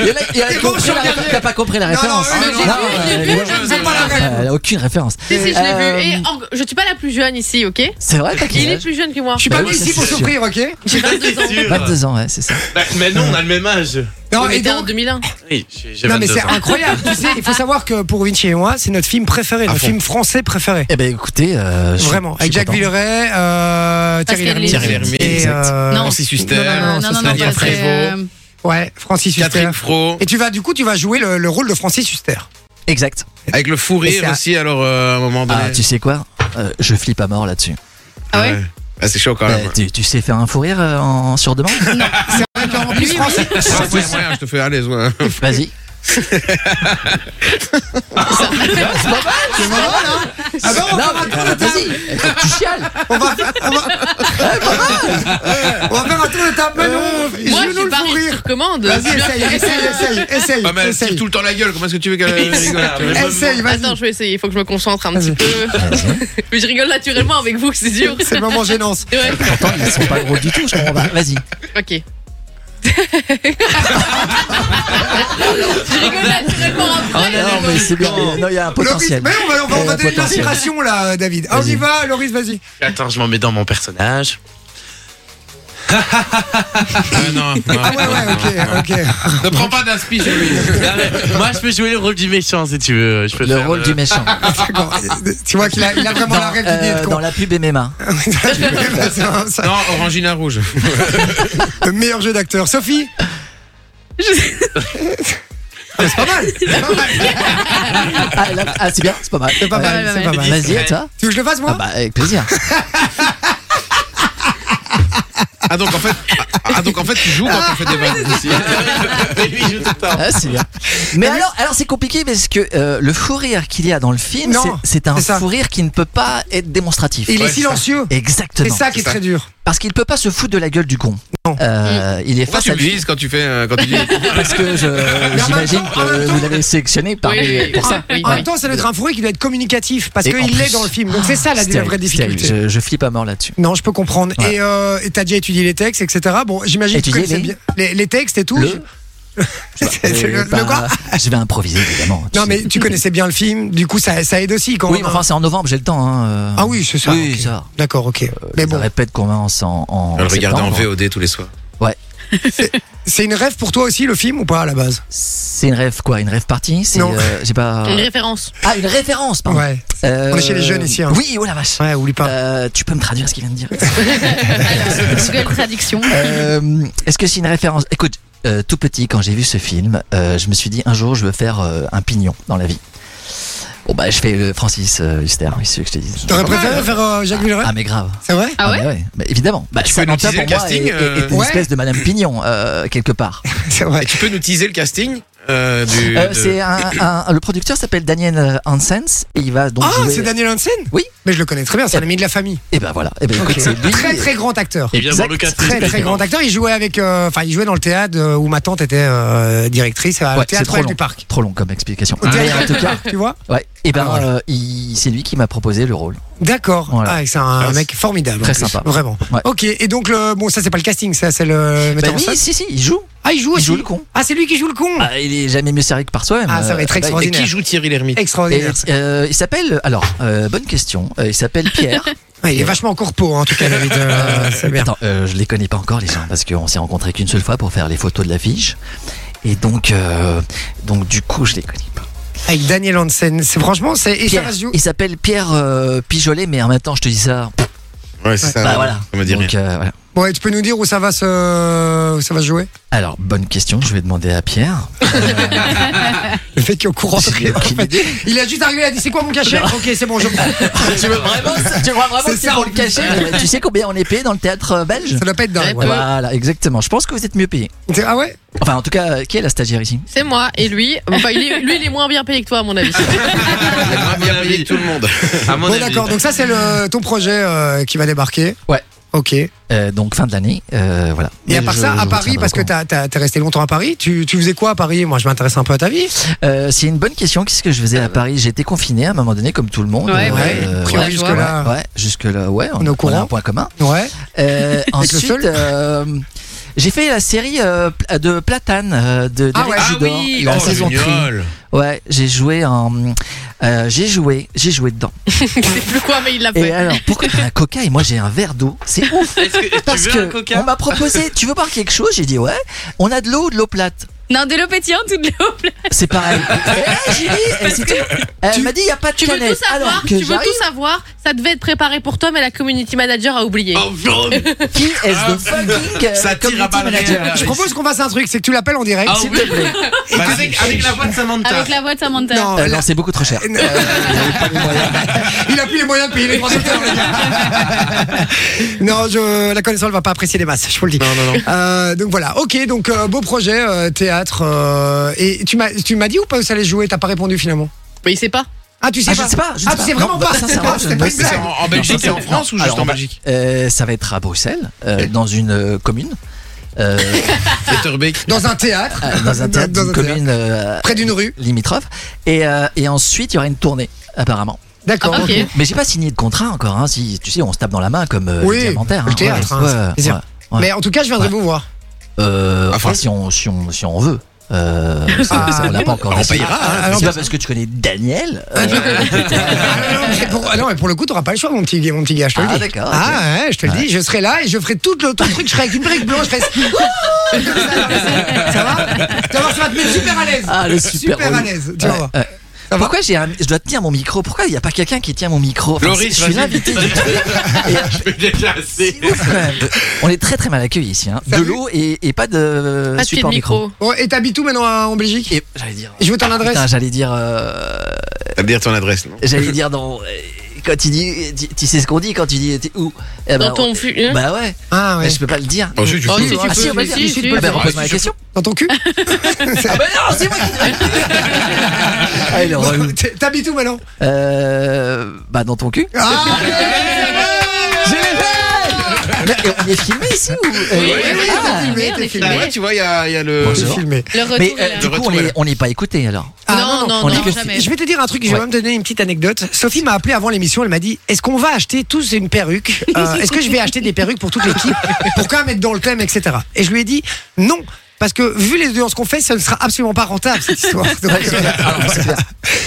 Speaker 7: Il y en a, il y en a
Speaker 1: Et
Speaker 7: qui
Speaker 1: bon,
Speaker 7: ont compris
Speaker 1: je
Speaker 7: la
Speaker 1: regarde.
Speaker 7: réplique, t'as pas compris la
Speaker 1: Non, non,
Speaker 7: référence.
Speaker 1: oui,
Speaker 3: mais j'ai vu, j'ai
Speaker 7: euh,
Speaker 3: vu,
Speaker 7: elle-
Speaker 3: je ne
Speaker 1: sais pas la réponse.
Speaker 7: elle a aucune référence.
Speaker 3: Si, si, je l'ai
Speaker 7: Euh,
Speaker 3: vu. Et en- je suis pas la plus jeune ici, ok
Speaker 7: C'est vrai, t'as quel
Speaker 3: Il est
Speaker 7: âge
Speaker 3: plus jeune que moi.
Speaker 1: Je suis
Speaker 7: Bah
Speaker 1: pas
Speaker 7: oui,
Speaker 1: venu
Speaker 7: ça,
Speaker 1: ici pour
Speaker 7: c'est sûr.
Speaker 1: souffrir, ok
Speaker 3: J'ai 22 ans.
Speaker 6: Sûr.
Speaker 7: 22 ans, ouais, c'est ça.
Speaker 6: Bah, mais non, on a le même âge.
Speaker 1: Non,
Speaker 3: Mais
Speaker 1: et
Speaker 3: t'es en
Speaker 1: donc.
Speaker 3: 2001.
Speaker 6: Oui, j'ai j'ai
Speaker 1: Non, mais
Speaker 6: 22
Speaker 1: c'est
Speaker 6: ans.
Speaker 1: incroyable. tu sais, il faut savoir que pour Vinci et moi, c'est notre film préféré, notre
Speaker 4: fond.
Speaker 1: film français préféré.
Speaker 7: Eh ben écoutez, euh, je suis-
Speaker 1: Vraiment.
Speaker 7: je suis
Speaker 1: Avec Jacques
Speaker 7: content.
Speaker 1: Villeray, euh, Thierry
Speaker 2: Pascal
Speaker 1: Lhermitte.
Speaker 2: Thierry
Speaker 4: Lhermitte,
Speaker 1: et, euh,
Speaker 2: Non.
Speaker 4: Francis Huster,
Speaker 1: Non, non, non, ça,
Speaker 2: non, non,
Speaker 1: c'est
Speaker 2: non,
Speaker 4: Daniel
Speaker 2: pas, c'est,
Speaker 4: Prévost,
Speaker 2: euh,
Speaker 1: Ouais, Francis Huster.
Speaker 4: Catherine Fro,
Speaker 1: Et tu vas, du coup, tu vas jouer le, le rôle de Francis Huster.
Speaker 7: Exact.
Speaker 4: avec le fou
Speaker 1: Et c'est
Speaker 4: rire
Speaker 1: un-
Speaker 4: aussi, alors euh, à un moment donné.
Speaker 7: Ah, tu sais quoi Euh, Je flippe à mort là-dessus.
Speaker 2: Ah ouais
Speaker 4: Ah, c'est chaud quand
Speaker 7: Euh,
Speaker 4: même.
Speaker 7: tu, tu sais faire un fou rire euh, en sur demande
Speaker 1: C'est vrai qu'en plus, Francis-
Speaker 4: Ah, ouais, ouais, je te fais à l'aise. ouais.
Speaker 7: Vas-y.
Speaker 1: C'est pas mal, hein Ah bah, on,
Speaker 7: Non,
Speaker 1: va faire un tour de table.
Speaker 7: mais- vas-y, euh, tu chiales.
Speaker 1: On va, faire- on, va... on va faire un tour de table. Manon,
Speaker 3: Moi,
Speaker 1: je
Speaker 3: je
Speaker 1: nous
Speaker 3: suis
Speaker 1: le
Speaker 3: pas
Speaker 1: font rire.
Speaker 3: sur commande.
Speaker 1: Vas-y, essaye, essaye, essaye, essaye.
Speaker 4: Ah, mais elle tire
Speaker 1: essaye.
Speaker 4: tout le temps la gueule, comment est-ce que tu veux qu'elle
Speaker 6: Oui, c'est
Speaker 4: rigole
Speaker 6: ça,
Speaker 4: tu vois
Speaker 6: mais-
Speaker 1: Essaye, vas-y.
Speaker 3: Attends, je vais essayer, il faut que je me concentre un petit
Speaker 1: Vas-y. Ah,
Speaker 3: peu. Mais je rigole naturellement avec vous, c'est dur.
Speaker 1: C'est le moment gênance.
Speaker 3: Ouais,
Speaker 7: Pourtant, ils sont pas gros du tout, je comprends pas. Vas-y.
Speaker 3: ok. je rigole naturellement après.
Speaker 7: Oh, non, mais c'est bien. mais Non, il y a un
Speaker 1: Loris,
Speaker 7: potentiel.
Speaker 1: mais on va, on va, on
Speaker 7: Il y
Speaker 1: va
Speaker 7: a
Speaker 1: donner
Speaker 7: un
Speaker 1: de
Speaker 7: potentiel.
Speaker 1: l'inspiration là, euh, David. Ah, on y
Speaker 7: Vas-y.
Speaker 1: va, Loris, vas-y.
Speaker 6: Attends, je m'en mets dans mon personnage.
Speaker 4: Ah, non, non.
Speaker 1: Ah ouais, ouais, ok, ok.
Speaker 4: Ne prends pas d'inspi, je
Speaker 6: Non, mais Moi, je peux jouer le rôle du méchant si tu veux. Je peux
Speaker 7: Le
Speaker 6: faire
Speaker 7: rôle du méchant.
Speaker 1: D'accord. Tu vois qu'il a, il a vraiment la rêve d'idée de
Speaker 7: euh, euh, dans
Speaker 1: con.
Speaker 7: la pub MMA.
Speaker 1: C'est un- c'est
Speaker 4: Non, Orangina Rouge.
Speaker 1: un- Le meilleur jeu d'acteur. Sophie Ah, C'est pas mal. C'est pas mal.
Speaker 7: Ah, là- ah, c'est bien, c'est pas mal.
Speaker 1: C'est pas mal,
Speaker 7: Ouais.
Speaker 1: c'est pas mal.
Speaker 7: Vas-y, à toi.
Speaker 1: Tu veux que je le fasse
Speaker 7: Ah
Speaker 1: moi
Speaker 7: bah avec plaisir.
Speaker 4: Ah, donc en fait, ah, ah, donc, en fait tu joues quand on fait des vannes aussi.
Speaker 6: Et lui, il joue tout le temps.
Speaker 7: Ah, c'est bien. Mais alors, alors c'est compliqué parce que euh, le fou rire qu'il y a dans le film,
Speaker 1: Non,
Speaker 7: c'est- c'est un
Speaker 1: c'est ça.
Speaker 7: fou rire qui ne peut pas être démonstratif.
Speaker 1: Il est
Speaker 4: Ouais, c'est
Speaker 1: silencieux. C'est
Speaker 7: Exactement.
Speaker 1: ça qui est
Speaker 4: c'est ça.
Speaker 1: très dur.
Speaker 7: Parce qu'il peut pas se foutre de la gueule du con. Euh, il est
Speaker 4: Pourquoi
Speaker 7: face
Speaker 4: tu
Speaker 7: à
Speaker 4: me
Speaker 7: lui
Speaker 4: vises quand tu fais. euh, Quand tu dis...
Speaker 7: parce que je-
Speaker 1: temps,
Speaker 7: j'imagine
Speaker 1: en même
Speaker 7: que
Speaker 1: temps-
Speaker 7: vous l'avez sélectionné
Speaker 3: Oui,
Speaker 7: parmi
Speaker 3: oui,
Speaker 7: pour ça.
Speaker 3: oui.
Speaker 1: En même temps, ça doit être un fourré qui doit être communicatif parce
Speaker 7: Et en
Speaker 1: qu'il l'est
Speaker 7: plus-
Speaker 1: dans le film. Donc c'est ça la,
Speaker 7: C'est
Speaker 1: la
Speaker 7: terrible,
Speaker 1: vraie
Speaker 7: c'est terrible.
Speaker 1: difficulté.
Speaker 7: Je, je flippe à mort là-dessus.
Speaker 1: Non, je peux comprendre.
Speaker 7: Ouais.
Speaker 1: Et euh, et t'as déjà étudié les textes, etc. Bon, j'imagine que tu
Speaker 7: Étudié
Speaker 1: connaissais
Speaker 7: les-
Speaker 1: bien les, les textes et tout.
Speaker 7: Le-
Speaker 1: Je- c'est- c'est le-
Speaker 7: Euh,
Speaker 1: le
Speaker 7: bah,
Speaker 1: quoi
Speaker 7: je vais improviser évidemment.
Speaker 1: Non, mais tu connaissais bien le film. Du coup, ça, ça aide aussi quand
Speaker 7: Oui,
Speaker 1: même.
Speaker 7: mais enfin c'est en novembre, j'ai le temps. hein, euh.
Speaker 1: Ah oui, c'est ça.
Speaker 7: Oui, Euh.
Speaker 1: ok.
Speaker 7: ça. va.
Speaker 1: D'accord, ok. mais
Speaker 7: Mais
Speaker 1: bon,
Speaker 7: répète qu'on lance en, en
Speaker 4: On le regarder en
Speaker 7: septembre.
Speaker 4: VOD tous les soirs.
Speaker 1: c'est une rêve pour toi aussi le film ou pas à la base
Speaker 7: C'est une rêve quoi Une rêve partie C'est
Speaker 1: Non.
Speaker 7: euh, j'ai pas.
Speaker 3: Une référence.
Speaker 7: Ah une référence pardon.
Speaker 1: Ouais.
Speaker 7: Euh,
Speaker 1: On est chez les jeunes ici, hein.
Speaker 7: Oui oh la vache.
Speaker 1: Ouais, oublie pas.
Speaker 7: Euh, tu peux me traduire ce qu'il vient de dire
Speaker 2: Google Traduction.
Speaker 7: Euh, Est-ce que c'est une référence Écoute, euh, tout petit, quand j'ai vu ce film, euh, je me suis dit un jour, je veux faire euh, un pignon dans la vie. Bon, bah, je fais le Francis euh, Huster, oui, c'est ce que je te dis.
Speaker 1: T'aurais préféré faire euh, Jacques Villeray
Speaker 7: Ah, mais grave.
Speaker 1: C'est vrai
Speaker 2: Ah ouais
Speaker 7: bah Bah, Évidemment. Bah,
Speaker 4: Tu peux
Speaker 7: Samantha,
Speaker 4: nous teaser le
Speaker 7: pour moi,
Speaker 4: casting,
Speaker 7: est- est- est
Speaker 4: euh,
Speaker 7: une
Speaker 1: Ouais.
Speaker 7: espèce de Madame Pignon, euh, quelque part.
Speaker 1: C'est vrai.
Speaker 4: Et tu peux nous teaser le casting
Speaker 6: euh, du.
Speaker 7: Euh,
Speaker 6: de-
Speaker 7: c'est un- un- le producteur s'appelle Daniel euh, Hansens et il va donc
Speaker 1: Ah, c'est
Speaker 7: jouer.
Speaker 1: Daniel Hansen
Speaker 7: Oui.
Speaker 1: Mais je le connais très bien, c'est un ami de la famille.
Speaker 7: Et ben voilà. Et ben
Speaker 1: Ok.
Speaker 7: écoute, c'est lui.
Speaker 1: Très très grand acteur.
Speaker 6: Il vient
Speaker 7: Exact.
Speaker 6: voir Lucas
Speaker 1: Très très grand acteur. Il jouait avec, euh, enfin, il jouait dans le théâtre euh, où ma tante était euh, directrice, euh, au
Speaker 7: Ouais, c'est
Speaker 1: théâtre
Speaker 7: trop
Speaker 1: Royal
Speaker 7: long. Ah
Speaker 1: du Parc.
Speaker 7: Trop long comme explication.
Speaker 1: Au théâtre, en tout cas, tu vois.
Speaker 7: Ouais. Et ben
Speaker 1: Ah, voilà.
Speaker 7: euh, il- c'est lui qui m'a proposé le rôle.
Speaker 1: D'accord.
Speaker 7: Voilà.
Speaker 1: Ah, et c'est un, un mec formidable. en
Speaker 7: Très
Speaker 1: plus.
Speaker 7: sympa.
Speaker 1: Vraiment.
Speaker 7: Ouais.
Speaker 1: Ok. Et donc le, bon, ça c'est pas le casting, ça c'est le.
Speaker 7: Bah
Speaker 1: metteur en
Speaker 7: oui,
Speaker 1: scène.
Speaker 7: si si, il joue.
Speaker 1: Ah, il joue
Speaker 7: Il
Speaker 1: aussi.
Speaker 7: joue le con.
Speaker 1: Ah, c'est lui qui joue le con.
Speaker 7: Ah, il est jamais mieux servi que par soi-même.
Speaker 1: Ah, ça va être
Speaker 7: Euh, bah,
Speaker 1: extraordinaire.
Speaker 6: Et qui joue Thierry Lhermitte
Speaker 7: Et,
Speaker 1: Extraordinaire.
Speaker 7: euh, il s'appelle alors euh, bonne question. Euh, il s'appelle Pierre.
Speaker 1: Ouais, il est vachement en corpo hein, en tout cas, David. euh, c'est bien.
Speaker 7: Attends, euh, je les connais pas encore les gens parce qu'on s'est rencontrés qu'une seule fois pour faire les photos de l'affiche. Et donc euh, donc du coup je les connais pas.
Speaker 1: Avec Daniel Hansen. C'est franchement, c'est. Et ça
Speaker 7: Pierre,
Speaker 1: va se jouer-
Speaker 7: il s'appelle Pierre euh, Pijolet, mais en même temps je te dis ça.
Speaker 6: Ah Ouais, c'est ça.
Speaker 7: bah voilà.
Speaker 6: Ça me dit rien.
Speaker 7: Donc, euh, voilà.
Speaker 1: Ouais, tu peux nous dire où ça va se, où ça va se jouer
Speaker 7: Alors bonne question, je vais demander à Pierre.
Speaker 1: Le mec qui est au courant.
Speaker 7: J'ai aucune idée.
Speaker 1: Il a juste arrivé, il a dit c'est quoi mon cachet Ok, c'est bon, je prends.
Speaker 7: tu veux vraiment, tu crois vraiment
Speaker 1: C'est
Speaker 7: que c'est
Speaker 1: ça,
Speaker 7: pour
Speaker 1: en
Speaker 7: le
Speaker 1: plus.
Speaker 7: cacher Tu sais combien on est payé dans le théâtre euh, belge
Speaker 1: Ça doit pas être dingue. ouais.
Speaker 7: Voilà, exactement. Je pense que vous êtes mieux payé.
Speaker 1: Ah ouais
Speaker 7: Enfin, en tout cas, euh, qui est la stagiaire ici
Speaker 3: C'est moi et lui. Enfin, il est- lui, il est moins bien payé que toi, à mon avis.
Speaker 4: euh,
Speaker 6: Ah, bien payé tout le monde.
Speaker 4: À mon
Speaker 1: Bon,
Speaker 4: avis.
Speaker 1: d'accord. Donc, ça, c'est le- ton projet euh, qui va débarquer.
Speaker 7: Ouais.
Speaker 1: Ok. Et
Speaker 7: Euh, Donc fin de l'année, euh, voilà.
Speaker 1: à part
Speaker 7: Je-
Speaker 1: ça,
Speaker 7: je
Speaker 1: à
Speaker 7: vous
Speaker 1: Paris,
Speaker 7: tiendrai
Speaker 1: parce
Speaker 7: au
Speaker 1: que
Speaker 7: courant.
Speaker 1: t'as- t'as- t'es resté longtemps à Paris, tu, tu faisais quoi à Paris Moi, je m'intéresse un peu à ta vie.
Speaker 7: Euh, c'est une bonne question. Qu'est-ce que je faisais à Paris J'étais confiné à un moment donné, comme tout le monde. Euh,
Speaker 2: Ouais,
Speaker 1: ouais. A priori,
Speaker 7: ouais,
Speaker 1: jusque-là.
Speaker 7: ouais, ouais, jusque-là, ouais,
Speaker 1: On est
Speaker 7: a-
Speaker 1: au courant.
Speaker 7: a un point commun.
Speaker 1: Ouais.
Speaker 7: Euh,
Speaker 1: le
Speaker 7: ensuite,
Speaker 1: seul.
Speaker 7: euh, j'ai fait la série euh, pl- de Platane euh, de
Speaker 1: Ah
Speaker 7: d'Éric
Speaker 1: ouais. Ah
Speaker 7: Judor,
Speaker 6: oh,
Speaker 7: la saison 3. Ouais, j'ai joué en, euh, j'ai joué, j'ai joué dedans.
Speaker 3: Je sais plus quoi, mais il l'a
Speaker 7: Et
Speaker 3: fait.
Speaker 7: alors, pourquoi t'as un coca et moi j'ai un verre d'eau C'est ouf.
Speaker 4: Est-ce que- tu
Speaker 7: Parce
Speaker 4: veux un
Speaker 7: que
Speaker 4: coca
Speaker 7: on m'a proposé, tu veux boire quelque chose J'ai dit ouais. On a de l'eau, ou de l'eau plate.
Speaker 2: Non, de l'eau pétillante ou de l'eau
Speaker 7: C'est pareil. Eh, j'ai dit, eh, c'est tout. Elle m'a dit il y a pas de
Speaker 3: Tu veux tout
Speaker 7: canette.
Speaker 3: savoir,
Speaker 7: Alors
Speaker 3: tu
Speaker 7: que
Speaker 3: veux
Speaker 7: j'arrive,
Speaker 3: tout savoir, ça devait être préparé pour toi, mais la community manager a oublié.
Speaker 6: Oh, jaune
Speaker 7: qui est-ce de fucking euh,
Speaker 6: Ça tire à
Speaker 7: community
Speaker 6: balles
Speaker 7: manager
Speaker 6: réelles.
Speaker 1: Je propose qu'on fasse un truc, c'est que tu l'appelles en direct.
Speaker 6: Ah
Speaker 7: Ah S'il
Speaker 6: oui.
Speaker 7: te plaît.
Speaker 6: Bah, avec, avec la voix de Samantha.
Speaker 2: Avec la voix de Samantha.
Speaker 1: Non,
Speaker 7: Euh,
Speaker 1: là-
Speaker 7: non, c'est beaucoup trop cher.
Speaker 1: Euh, il a plus les moyens de payer les droits d'auteur, le gars. Non, je, la connaissance ne va pas apprécier les masses, je vous le dis.
Speaker 6: Non, non, non.
Speaker 1: Euh, donc voilà, ok, donc euh, beau projet, euh, théâtre. euh, et tu m'as, tu m'as dit ou pas où ça allait se jouer T'as pas répondu finalement
Speaker 3: Mais il sait pas.
Speaker 1: Ah, tu sais
Speaker 7: Ah,
Speaker 1: pas
Speaker 7: je sais pas, je
Speaker 1: Ah,
Speaker 7: sais
Speaker 1: tu
Speaker 7: pas.
Speaker 1: sais vraiment
Speaker 7: Non,
Speaker 1: pas
Speaker 7: bah, sincèrement,
Speaker 1: Ah,
Speaker 7: je
Speaker 1: c'était
Speaker 7: ne
Speaker 1: pas une
Speaker 7: sais
Speaker 1: blague.
Speaker 6: En, en Belgique et en France ou
Speaker 7: Alors,
Speaker 6: juste
Speaker 7: on
Speaker 6: en
Speaker 7: va-
Speaker 6: Belgique
Speaker 7: Euh, ça va être à Bruxelles, euh, dans une euh, commune. Euh,
Speaker 6: Etterbeek.
Speaker 1: Dans un théâtre
Speaker 7: euh, dans un théâtre,
Speaker 1: Dans
Speaker 7: d'une
Speaker 1: un théâtre.
Speaker 7: commune euh,
Speaker 1: Près d'une rue
Speaker 7: limitrophe. Et, euh, et ensuite, il y aura une tournée, apparemment.
Speaker 1: D'accord.
Speaker 2: Ah, ok.
Speaker 1: ok.
Speaker 7: Mais j'ai pas signé de contrat encore. Hein, si, tu sais, on se tape dans la main comme euh,
Speaker 1: Oui,
Speaker 7: diamantaire.
Speaker 1: le
Speaker 7: hein.
Speaker 1: théâtre,
Speaker 7: Ouais,
Speaker 1: hein, c'est
Speaker 7: ouais,
Speaker 1: plaisir.
Speaker 7: ouais.
Speaker 1: Mais en tout cas, je viendrai
Speaker 7: Ouais.
Speaker 1: vous voir.
Speaker 7: Euh,
Speaker 6: Enfin.
Speaker 7: après, si on, si, on, si on veut. Euh, ça,
Speaker 1: Ah.
Speaker 7: ça, on l'a pas encore
Speaker 6: On
Speaker 7: décidé.
Speaker 6: payera, hein,
Speaker 7: C'est
Speaker 1: alors,
Speaker 7: pas parce que tu connais Daniel.
Speaker 1: Ah,
Speaker 7: euh,
Speaker 1: non, non, mais pour, ah, non, mais pour le coup, t'auras pas le choix, mon petit, mon petit gars, je te le
Speaker 7: Ah,
Speaker 1: dis.
Speaker 7: d'accord,
Speaker 1: Ah, ouais, je te le dis, je serai là et je ferai tout le, tout le truc, je serai avec une brique blanche, je ferai. Comme ça, dans les- ça va Tu vas voir, ça va te mettre super à l'aise.
Speaker 7: ah, le super.
Speaker 1: super à
Speaker 7: relou.
Speaker 1: l'aise, tu vas
Speaker 7: Ouais,
Speaker 1: voir.
Speaker 7: ouais.
Speaker 1: Ça va
Speaker 7: Pourquoi j'ai un- je dois tenir mon micro Pourquoi il n'y a pas quelqu'un qui tient mon micro Enfin,
Speaker 6: Loris,
Speaker 7: Je suis
Speaker 6: vas-y.
Speaker 7: l'invité du truc. Et,
Speaker 6: Je fais déjà assez.
Speaker 7: C'est ouf, quand même. On est très très mal accueillis ici. hein. De
Speaker 1: Salut.
Speaker 7: l'eau et, et pas de
Speaker 3: Pas de pied de
Speaker 7: support micro.
Speaker 3: micro.
Speaker 1: Oh, et t'habites où maintenant à- en Belgique
Speaker 7: Et j'allais dire.
Speaker 1: Je veux ton adresse.
Speaker 7: Putain, j'allais dire. euh,
Speaker 6: T'as bien ton adresse, non
Speaker 7: j'allais dire dans. euh, Quand il dit, tu- tu sais ce qu'on dit quand tu dis t'es où Eh ben,
Speaker 3: Dans ton fu- hein
Speaker 7: Bah ouais.
Speaker 1: Ah
Speaker 7: Mais
Speaker 1: ouais.
Speaker 7: je peux pas le dire.
Speaker 6: Oh, si, tu
Speaker 3: Oh,
Speaker 6: peux.
Speaker 3: si, tu
Speaker 1: Ah,
Speaker 3: peux,
Speaker 1: si, on va
Speaker 3: mais
Speaker 1: dire,
Speaker 3: si,
Speaker 1: si, peux
Speaker 3: tu
Speaker 1: le
Speaker 7: Ah bah,
Speaker 1: faire.
Speaker 7: repose-moi la question.
Speaker 1: Dans ton cul
Speaker 7: Ah bah non, c'est moi qui. ah, il est relou.
Speaker 1: Bon, t'es- T'habites où maintenant
Speaker 7: Euh, bah dans ton cul.
Speaker 1: Ah
Speaker 7: Mais on est filmé ici ou euh,
Speaker 3: Oui, oui,
Speaker 1: oui,
Speaker 7: ah.
Speaker 1: oui, oui.
Speaker 2: Filmé, on
Speaker 1: filmé.
Speaker 2: est filmé.
Speaker 6: Ouais, tu vois, il y a, il y a le.
Speaker 1: J'ai
Speaker 7: Bonjour.
Speaker 1: filmé.
Speaker 2: Le retour
Speaker 7: Mais
Speaker 2: est
Speaker 7: euh,
Speaker 2: là.
Speaker 7: du coup, on est- on n'est pas écouté alors.
Speaker 1: Ah,
Speaker 3: non, non,
Speaker 7: on
Speaker 3: non,
Speaker 7: dit que
Speaker 3: jamais.
Speaker 1: Je vais te dire un truc, je vais
Speaker 7: Ouais.
Speaker 1: même donner une petite anecdote. Sophie m'a appelé avant l'émission, elle m'a dit Est-ce qu'on va acheter tous une perruque Euh, Est-ce que je vais acheter des perruques pour toute l'équipe Pour quand même être dans le thème, etc. Et je lui ai dit Non, parce que vu les audiences qu'on fait, ça ne sera absolument pas rentable cette histoire. Donc, euh,
Speaker 7: Ah,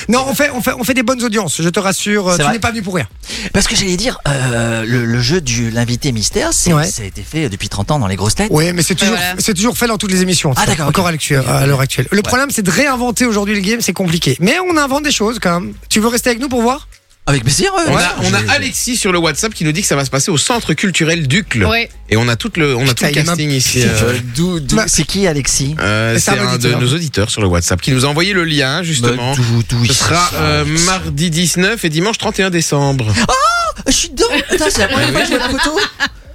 Speaker 1: non, on fait, on, fait, on fait des bonnes audiences, je te rassure, euh,
Speaker 7: C'est
Speaker 1: tu
Speaker 7: vrai.
Speaker 1: n'es pas venu pour rien.
Speaker 7: Parce que j'allais dire, euh, le, le jeu du l'invité mystère, c'est-
Speaker 1: Ouais.
Speaker 7: ça a été fait euh, depuis 30 ans dans les grosses têtes.
Speaker 1: Oui, mais c'est toujours,
Speaker 2: voilà.
Speaker 1: c'est toujours fait dans toutes les émissions. en tout
Speaker 7: Ah,
Speaker 1: cas,
Speaker 7: d'accord, ok.
Speaker 1: Encore à l'actu- à l'heure actuelle. Le problème, c'est de réinventer aujourd'hui le game, c'est compliqué. Mais on invente des choses quand même. Tu veux rester avec nous pour voir
Speaker 7: Avec plaisir. euh. ouais.
Speaker 6: On a, on a
Speaker 7: Je-
Speaker 6: Alexis sur le WhatsApp qui nous dit que ça va se passer au centre culturel d'Ucle.
Speaker 2: Ouais.
Speaker 6: Et on a tout le, on a tout
Speaker 1: Putain,
Speaker 6: le
Speaker 1: il est
Speaker 6: casting ici.
Speaker 7: je-
Speaker 6: euh,
Speaker 7: d'où- d'où-
Speaker 1: Ma-
Speaker 7: C'est qui Alexis
Speaker 6: euh,
Speaker 1: C'est
Speaker 6: c'est
Speaker 1: un
Speaker 6: un de
Speaker 1: auditeur.
Speaker 6: nos auditeurs sur le WhatsApp qui nous a envoyé le lien justement.
Speaker 7: Bah, d'où- d'où
Speaker 6: Ce
Speaker 7: il-
Speaker 6: sera
Speaker 7: Ah,
Speaker 6: euh, mardi 19 et dimanche 31 décembre.
Speaker 7: Oh, Euh, Je suis dedans. Putain, c'est la première fois que je vois la photo.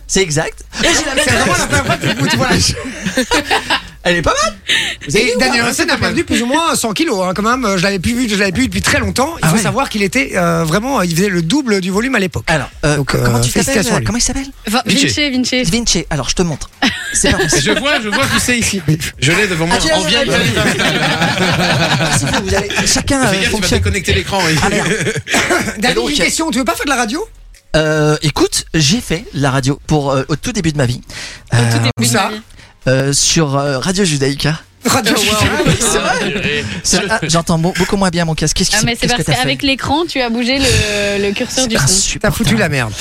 Speaker 7: C'est exact. Et j'ai la même
Speaker 1: C'est vraiment la première fois que tu- tu vois la-
Speaker 7: Elle est pas mal Vous avez
Speaker 1: Et
Speaker 7: vu,
Speaker 1: Daniel
Speaker 7: ouais,
Speaker 1: Hansen a perdu plus ou moins 100 kilos, hein, quand même. Je l'avais plus vu, je l'avais plus vu depuis très longtemps. Il
Speaker 7: Ah
Speaker 1: faut
Speaker 7: ouais.
Speaker 1: savoir qu'il était euh, vraiment, il faisait le double du volume à l'époque.
Speaker 7: Alors, euh,
Speaker 1: Donc,
Speaker 7: co-
Speaker 1: euh,
Speaker 7: comment tu t'appelles
Speaker 1: félicitations à lui.
Speaker 7: Comment il s'appelle
Speaker 2: Va-
Speaker 6: Vinci.
Speaker 2: Vinci, Vinci.
Speaker 7: Vinci. Alors, je te montre. C'est pas possible.
Speaker 6: Je vois, je vois que c'est ici. Je l'ai devant moi.
Speaker 7: Ah, tu l'as,
Speaker 6: On vient
Speaker 7: tu
Speaker 6: de
Speaker 7: l'as,
Speaker 6: Fais
Speaker 7: tu l'as. Ah, c'est vous, vous allez- Chacun euh,
Speaker 6: gaffe, tu vas
Speaker 7: fonctionne.
Speaker 6: déconnecter l'écran. oui.
Speaker 7: Ah, merde.
Speaker 1: David,
Speaker 7: donc,
Speaker 1: une question, tu veux pas faire de la radio
Speaker 7: Euh, écoute, j'ai fait la radio pour euh, au tout début de ma vie
Speaker 2: Tout
Speaker 7: Euh,
Speaker 2: début de
Speaker 1: ça
Speaker 2: ma vie.
Speaker 7: euh, sur euh, Radio Judaïka. Ah,
Speaker 1: Radio
Speaker 6: Ah,
Speaker 7: C'est- ah, J'entends beau- beaucoup moins bien mon casque. Qu'est-ce qui
Speaker 2: Ah,
Speaker 7: se-
Speaker 2: mais c'est
Speaker 7: qu'est-ce que
Speaker 2: parce
Speaker 7: t'as fait
Speaker 2: qu'avec l'écran, tu as bougé le, le curseur du son.
Speaker 7: Insupportable.
Speaker 1: T'as foutu la merde.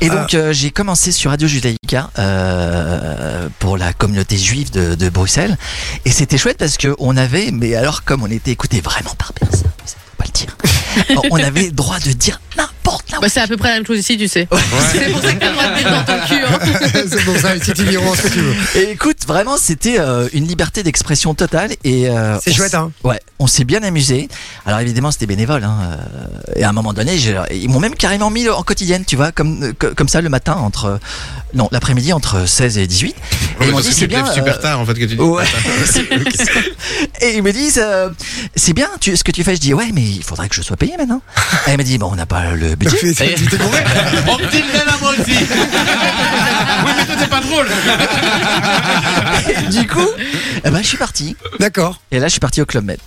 Speaker 7: Et donc euh, j'ai commencé sur Radio Judaïka euh, pour la communauté juive de, de Bruxelles et c'était chouette parce que on avait mais alors comme on était écouté vraiment par personne, ça faut pas le dire. alors, on avait le droit de dire n'importe quoi.
Speaker 3: Bah, c'est à peu près la même chose ici, tu sais. C'est pour ça que t'as le droit de mettre dans ton cul. hein.
Speaker 1: c'est bon, ça, si tu diras ce que tu veux.
Speaker 7: Et écoute, vraiment c'était euh, une liberté d'expression totale et euh,
Speaker 1: C'est
Speaker 7: on
Speaker 1: chouette,
Speaker 7: s-
Speaker 1: hein.
Speaker 7: Ouais, on s'est bien amusé. Alors évidemment, c'était bénévole hein, euh, et à un moment donné, j'ai- ils m'ont même carrément mis en quotidienne, tu vois, comme euh, co- comme ça le matin entre euh, non, l'après-midi entre 16 et 18. Et ils m'ont
Speaker 6: Parce
Speaker 7: dit
Speaker 6: que
Speaker 7: c'est
Speaker 6: tu te
Speaker 7: bien
Speaker 6: lèves
Speaker 7: euh,
Speaker 6: super tard en fait que tu dis.
Speaker 7: Ouais. et ils me disent, euh, c'est bien tu, ce que tu fais. Je dis, ouais, mais il faudrait que je sois payé maintenant. Et elle me dit, bon, on n'a pas le budget.
Speaker 6: On me dit le même à moi aussi. Oui, mais toi t'es pas drôle.
Speaker 7: du coup, eh ben, je suis parti.
Speaker 1: D'accord.
Speaker 7: Et là, je suis parti au Club Med.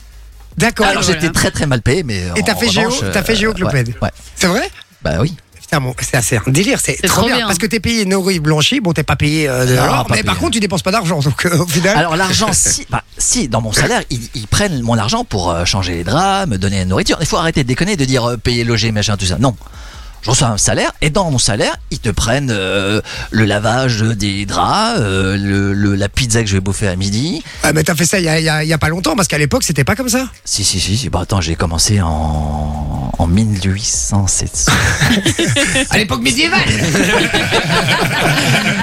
Speaker 1: D'accord.
Speaker 7: Alors, j'étais très très mal payé, mais. euh,
Speaker 1: Et t'as fait géo- t'as fait géo Club
Speaker 7: ouais,
Speaker 1: Med.
Speaker 7: Ouais.
Speaker 1: C'est vrai
Speaker 7: Bah oui.
Speaker 1: Putain, bon, c'est assez un délire, c'est trop,
Speaker 2: trop
Speaker 1: bien,
Speaker 2: bien.
Speaker 1: Parce que t'es payé nourri, blanchi, bon, t'es pas payé euh, de
Speaker 7: Non,
Speaker 1: l'or,
Speaker 7: pas
Speaker 1: mais par
Speaker 7: payé.
Speaker 1: contre, tu dépenses pas d'argent, donc euh, au final.
Speaker 7: Alors, l'argent, si, bah, si, dans mon salaire, ils, ils prennent mon argent pour euh, changer les draps, me donner la nourriture. Il faut arrêter de déconner, de dire euh, payer, loger, machin, tout ça. Non. Je reçois un salaire et dans mon salaire, ils te prennent euh, le lavage des draps, euh, le, le- la pizza que je vais bouffer à midi,
Speaker 1: Ah, mais t'as fait ça il y a, il y a- il y a pas longtemps, parce qu'à l'époque, c'était pas comme ça.
Speaker 7: Si, si, si, si. Bah, attends, j'ai commencé en, en 1807.
Speaker 1: À l'époque médiévale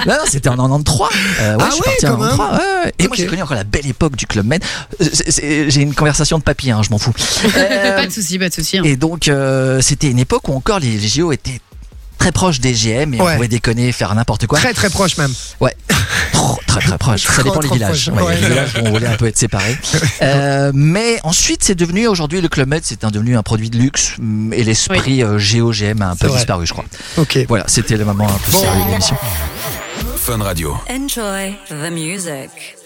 Speaker 7: non, non, c'était en 93. Euh, ouais,
Speaker 1: Ah
Speaker 7: je suis
Speaker 1: ouais,
Speaker 7: parti en
Speaker 1: quand même.
Speaker 7: 93. ouais, ouais. Et moi,
Speaker 1: Ok.
Speaker 7: j'ai connu encore la belle époque du Club Med. Euh, c'est- c'est- J'ai une conversation de papier, hein, je m'en fous. Euh,
Speaker 2: Pas de soucis, pas de soucis. hein.
Speaker 7: et donc, euh, c'était une époque où encore les, les JO étaient très proches des GM et
Speaker 1: Ouais.
Speaker 7: on pouvait déconner, faire n'importe quoi.
Speaker 1: Très très proche même.
Speaker 7: Trop, très très proche. Ça
Speaker 1: Trop,
Speaker 7: dépend des
Speaker 1: trop
Speaker 7: villages.
Speaker 1: proche.
Speaker 7: Ouais,
Speaker 1: Ouais.
Speaker 7: Les villages où on voulait un peu être séparés. Euh, mais ensuite, c'est devenu aujourd'hui le Club Med, c'est un- devenu un produit de luxe hum, et l'esprit euh, GO-GM a un
Speaker 1: C'est
Speaker 7: peu
Speaker 1: vrai.
Speaker 7: disparu, je crois.
Speaker 1: Ok.
Speaker 7: Voilà, c'était le moment un peu sérieux de l'émission.
Speaker 8: Enjoy the music.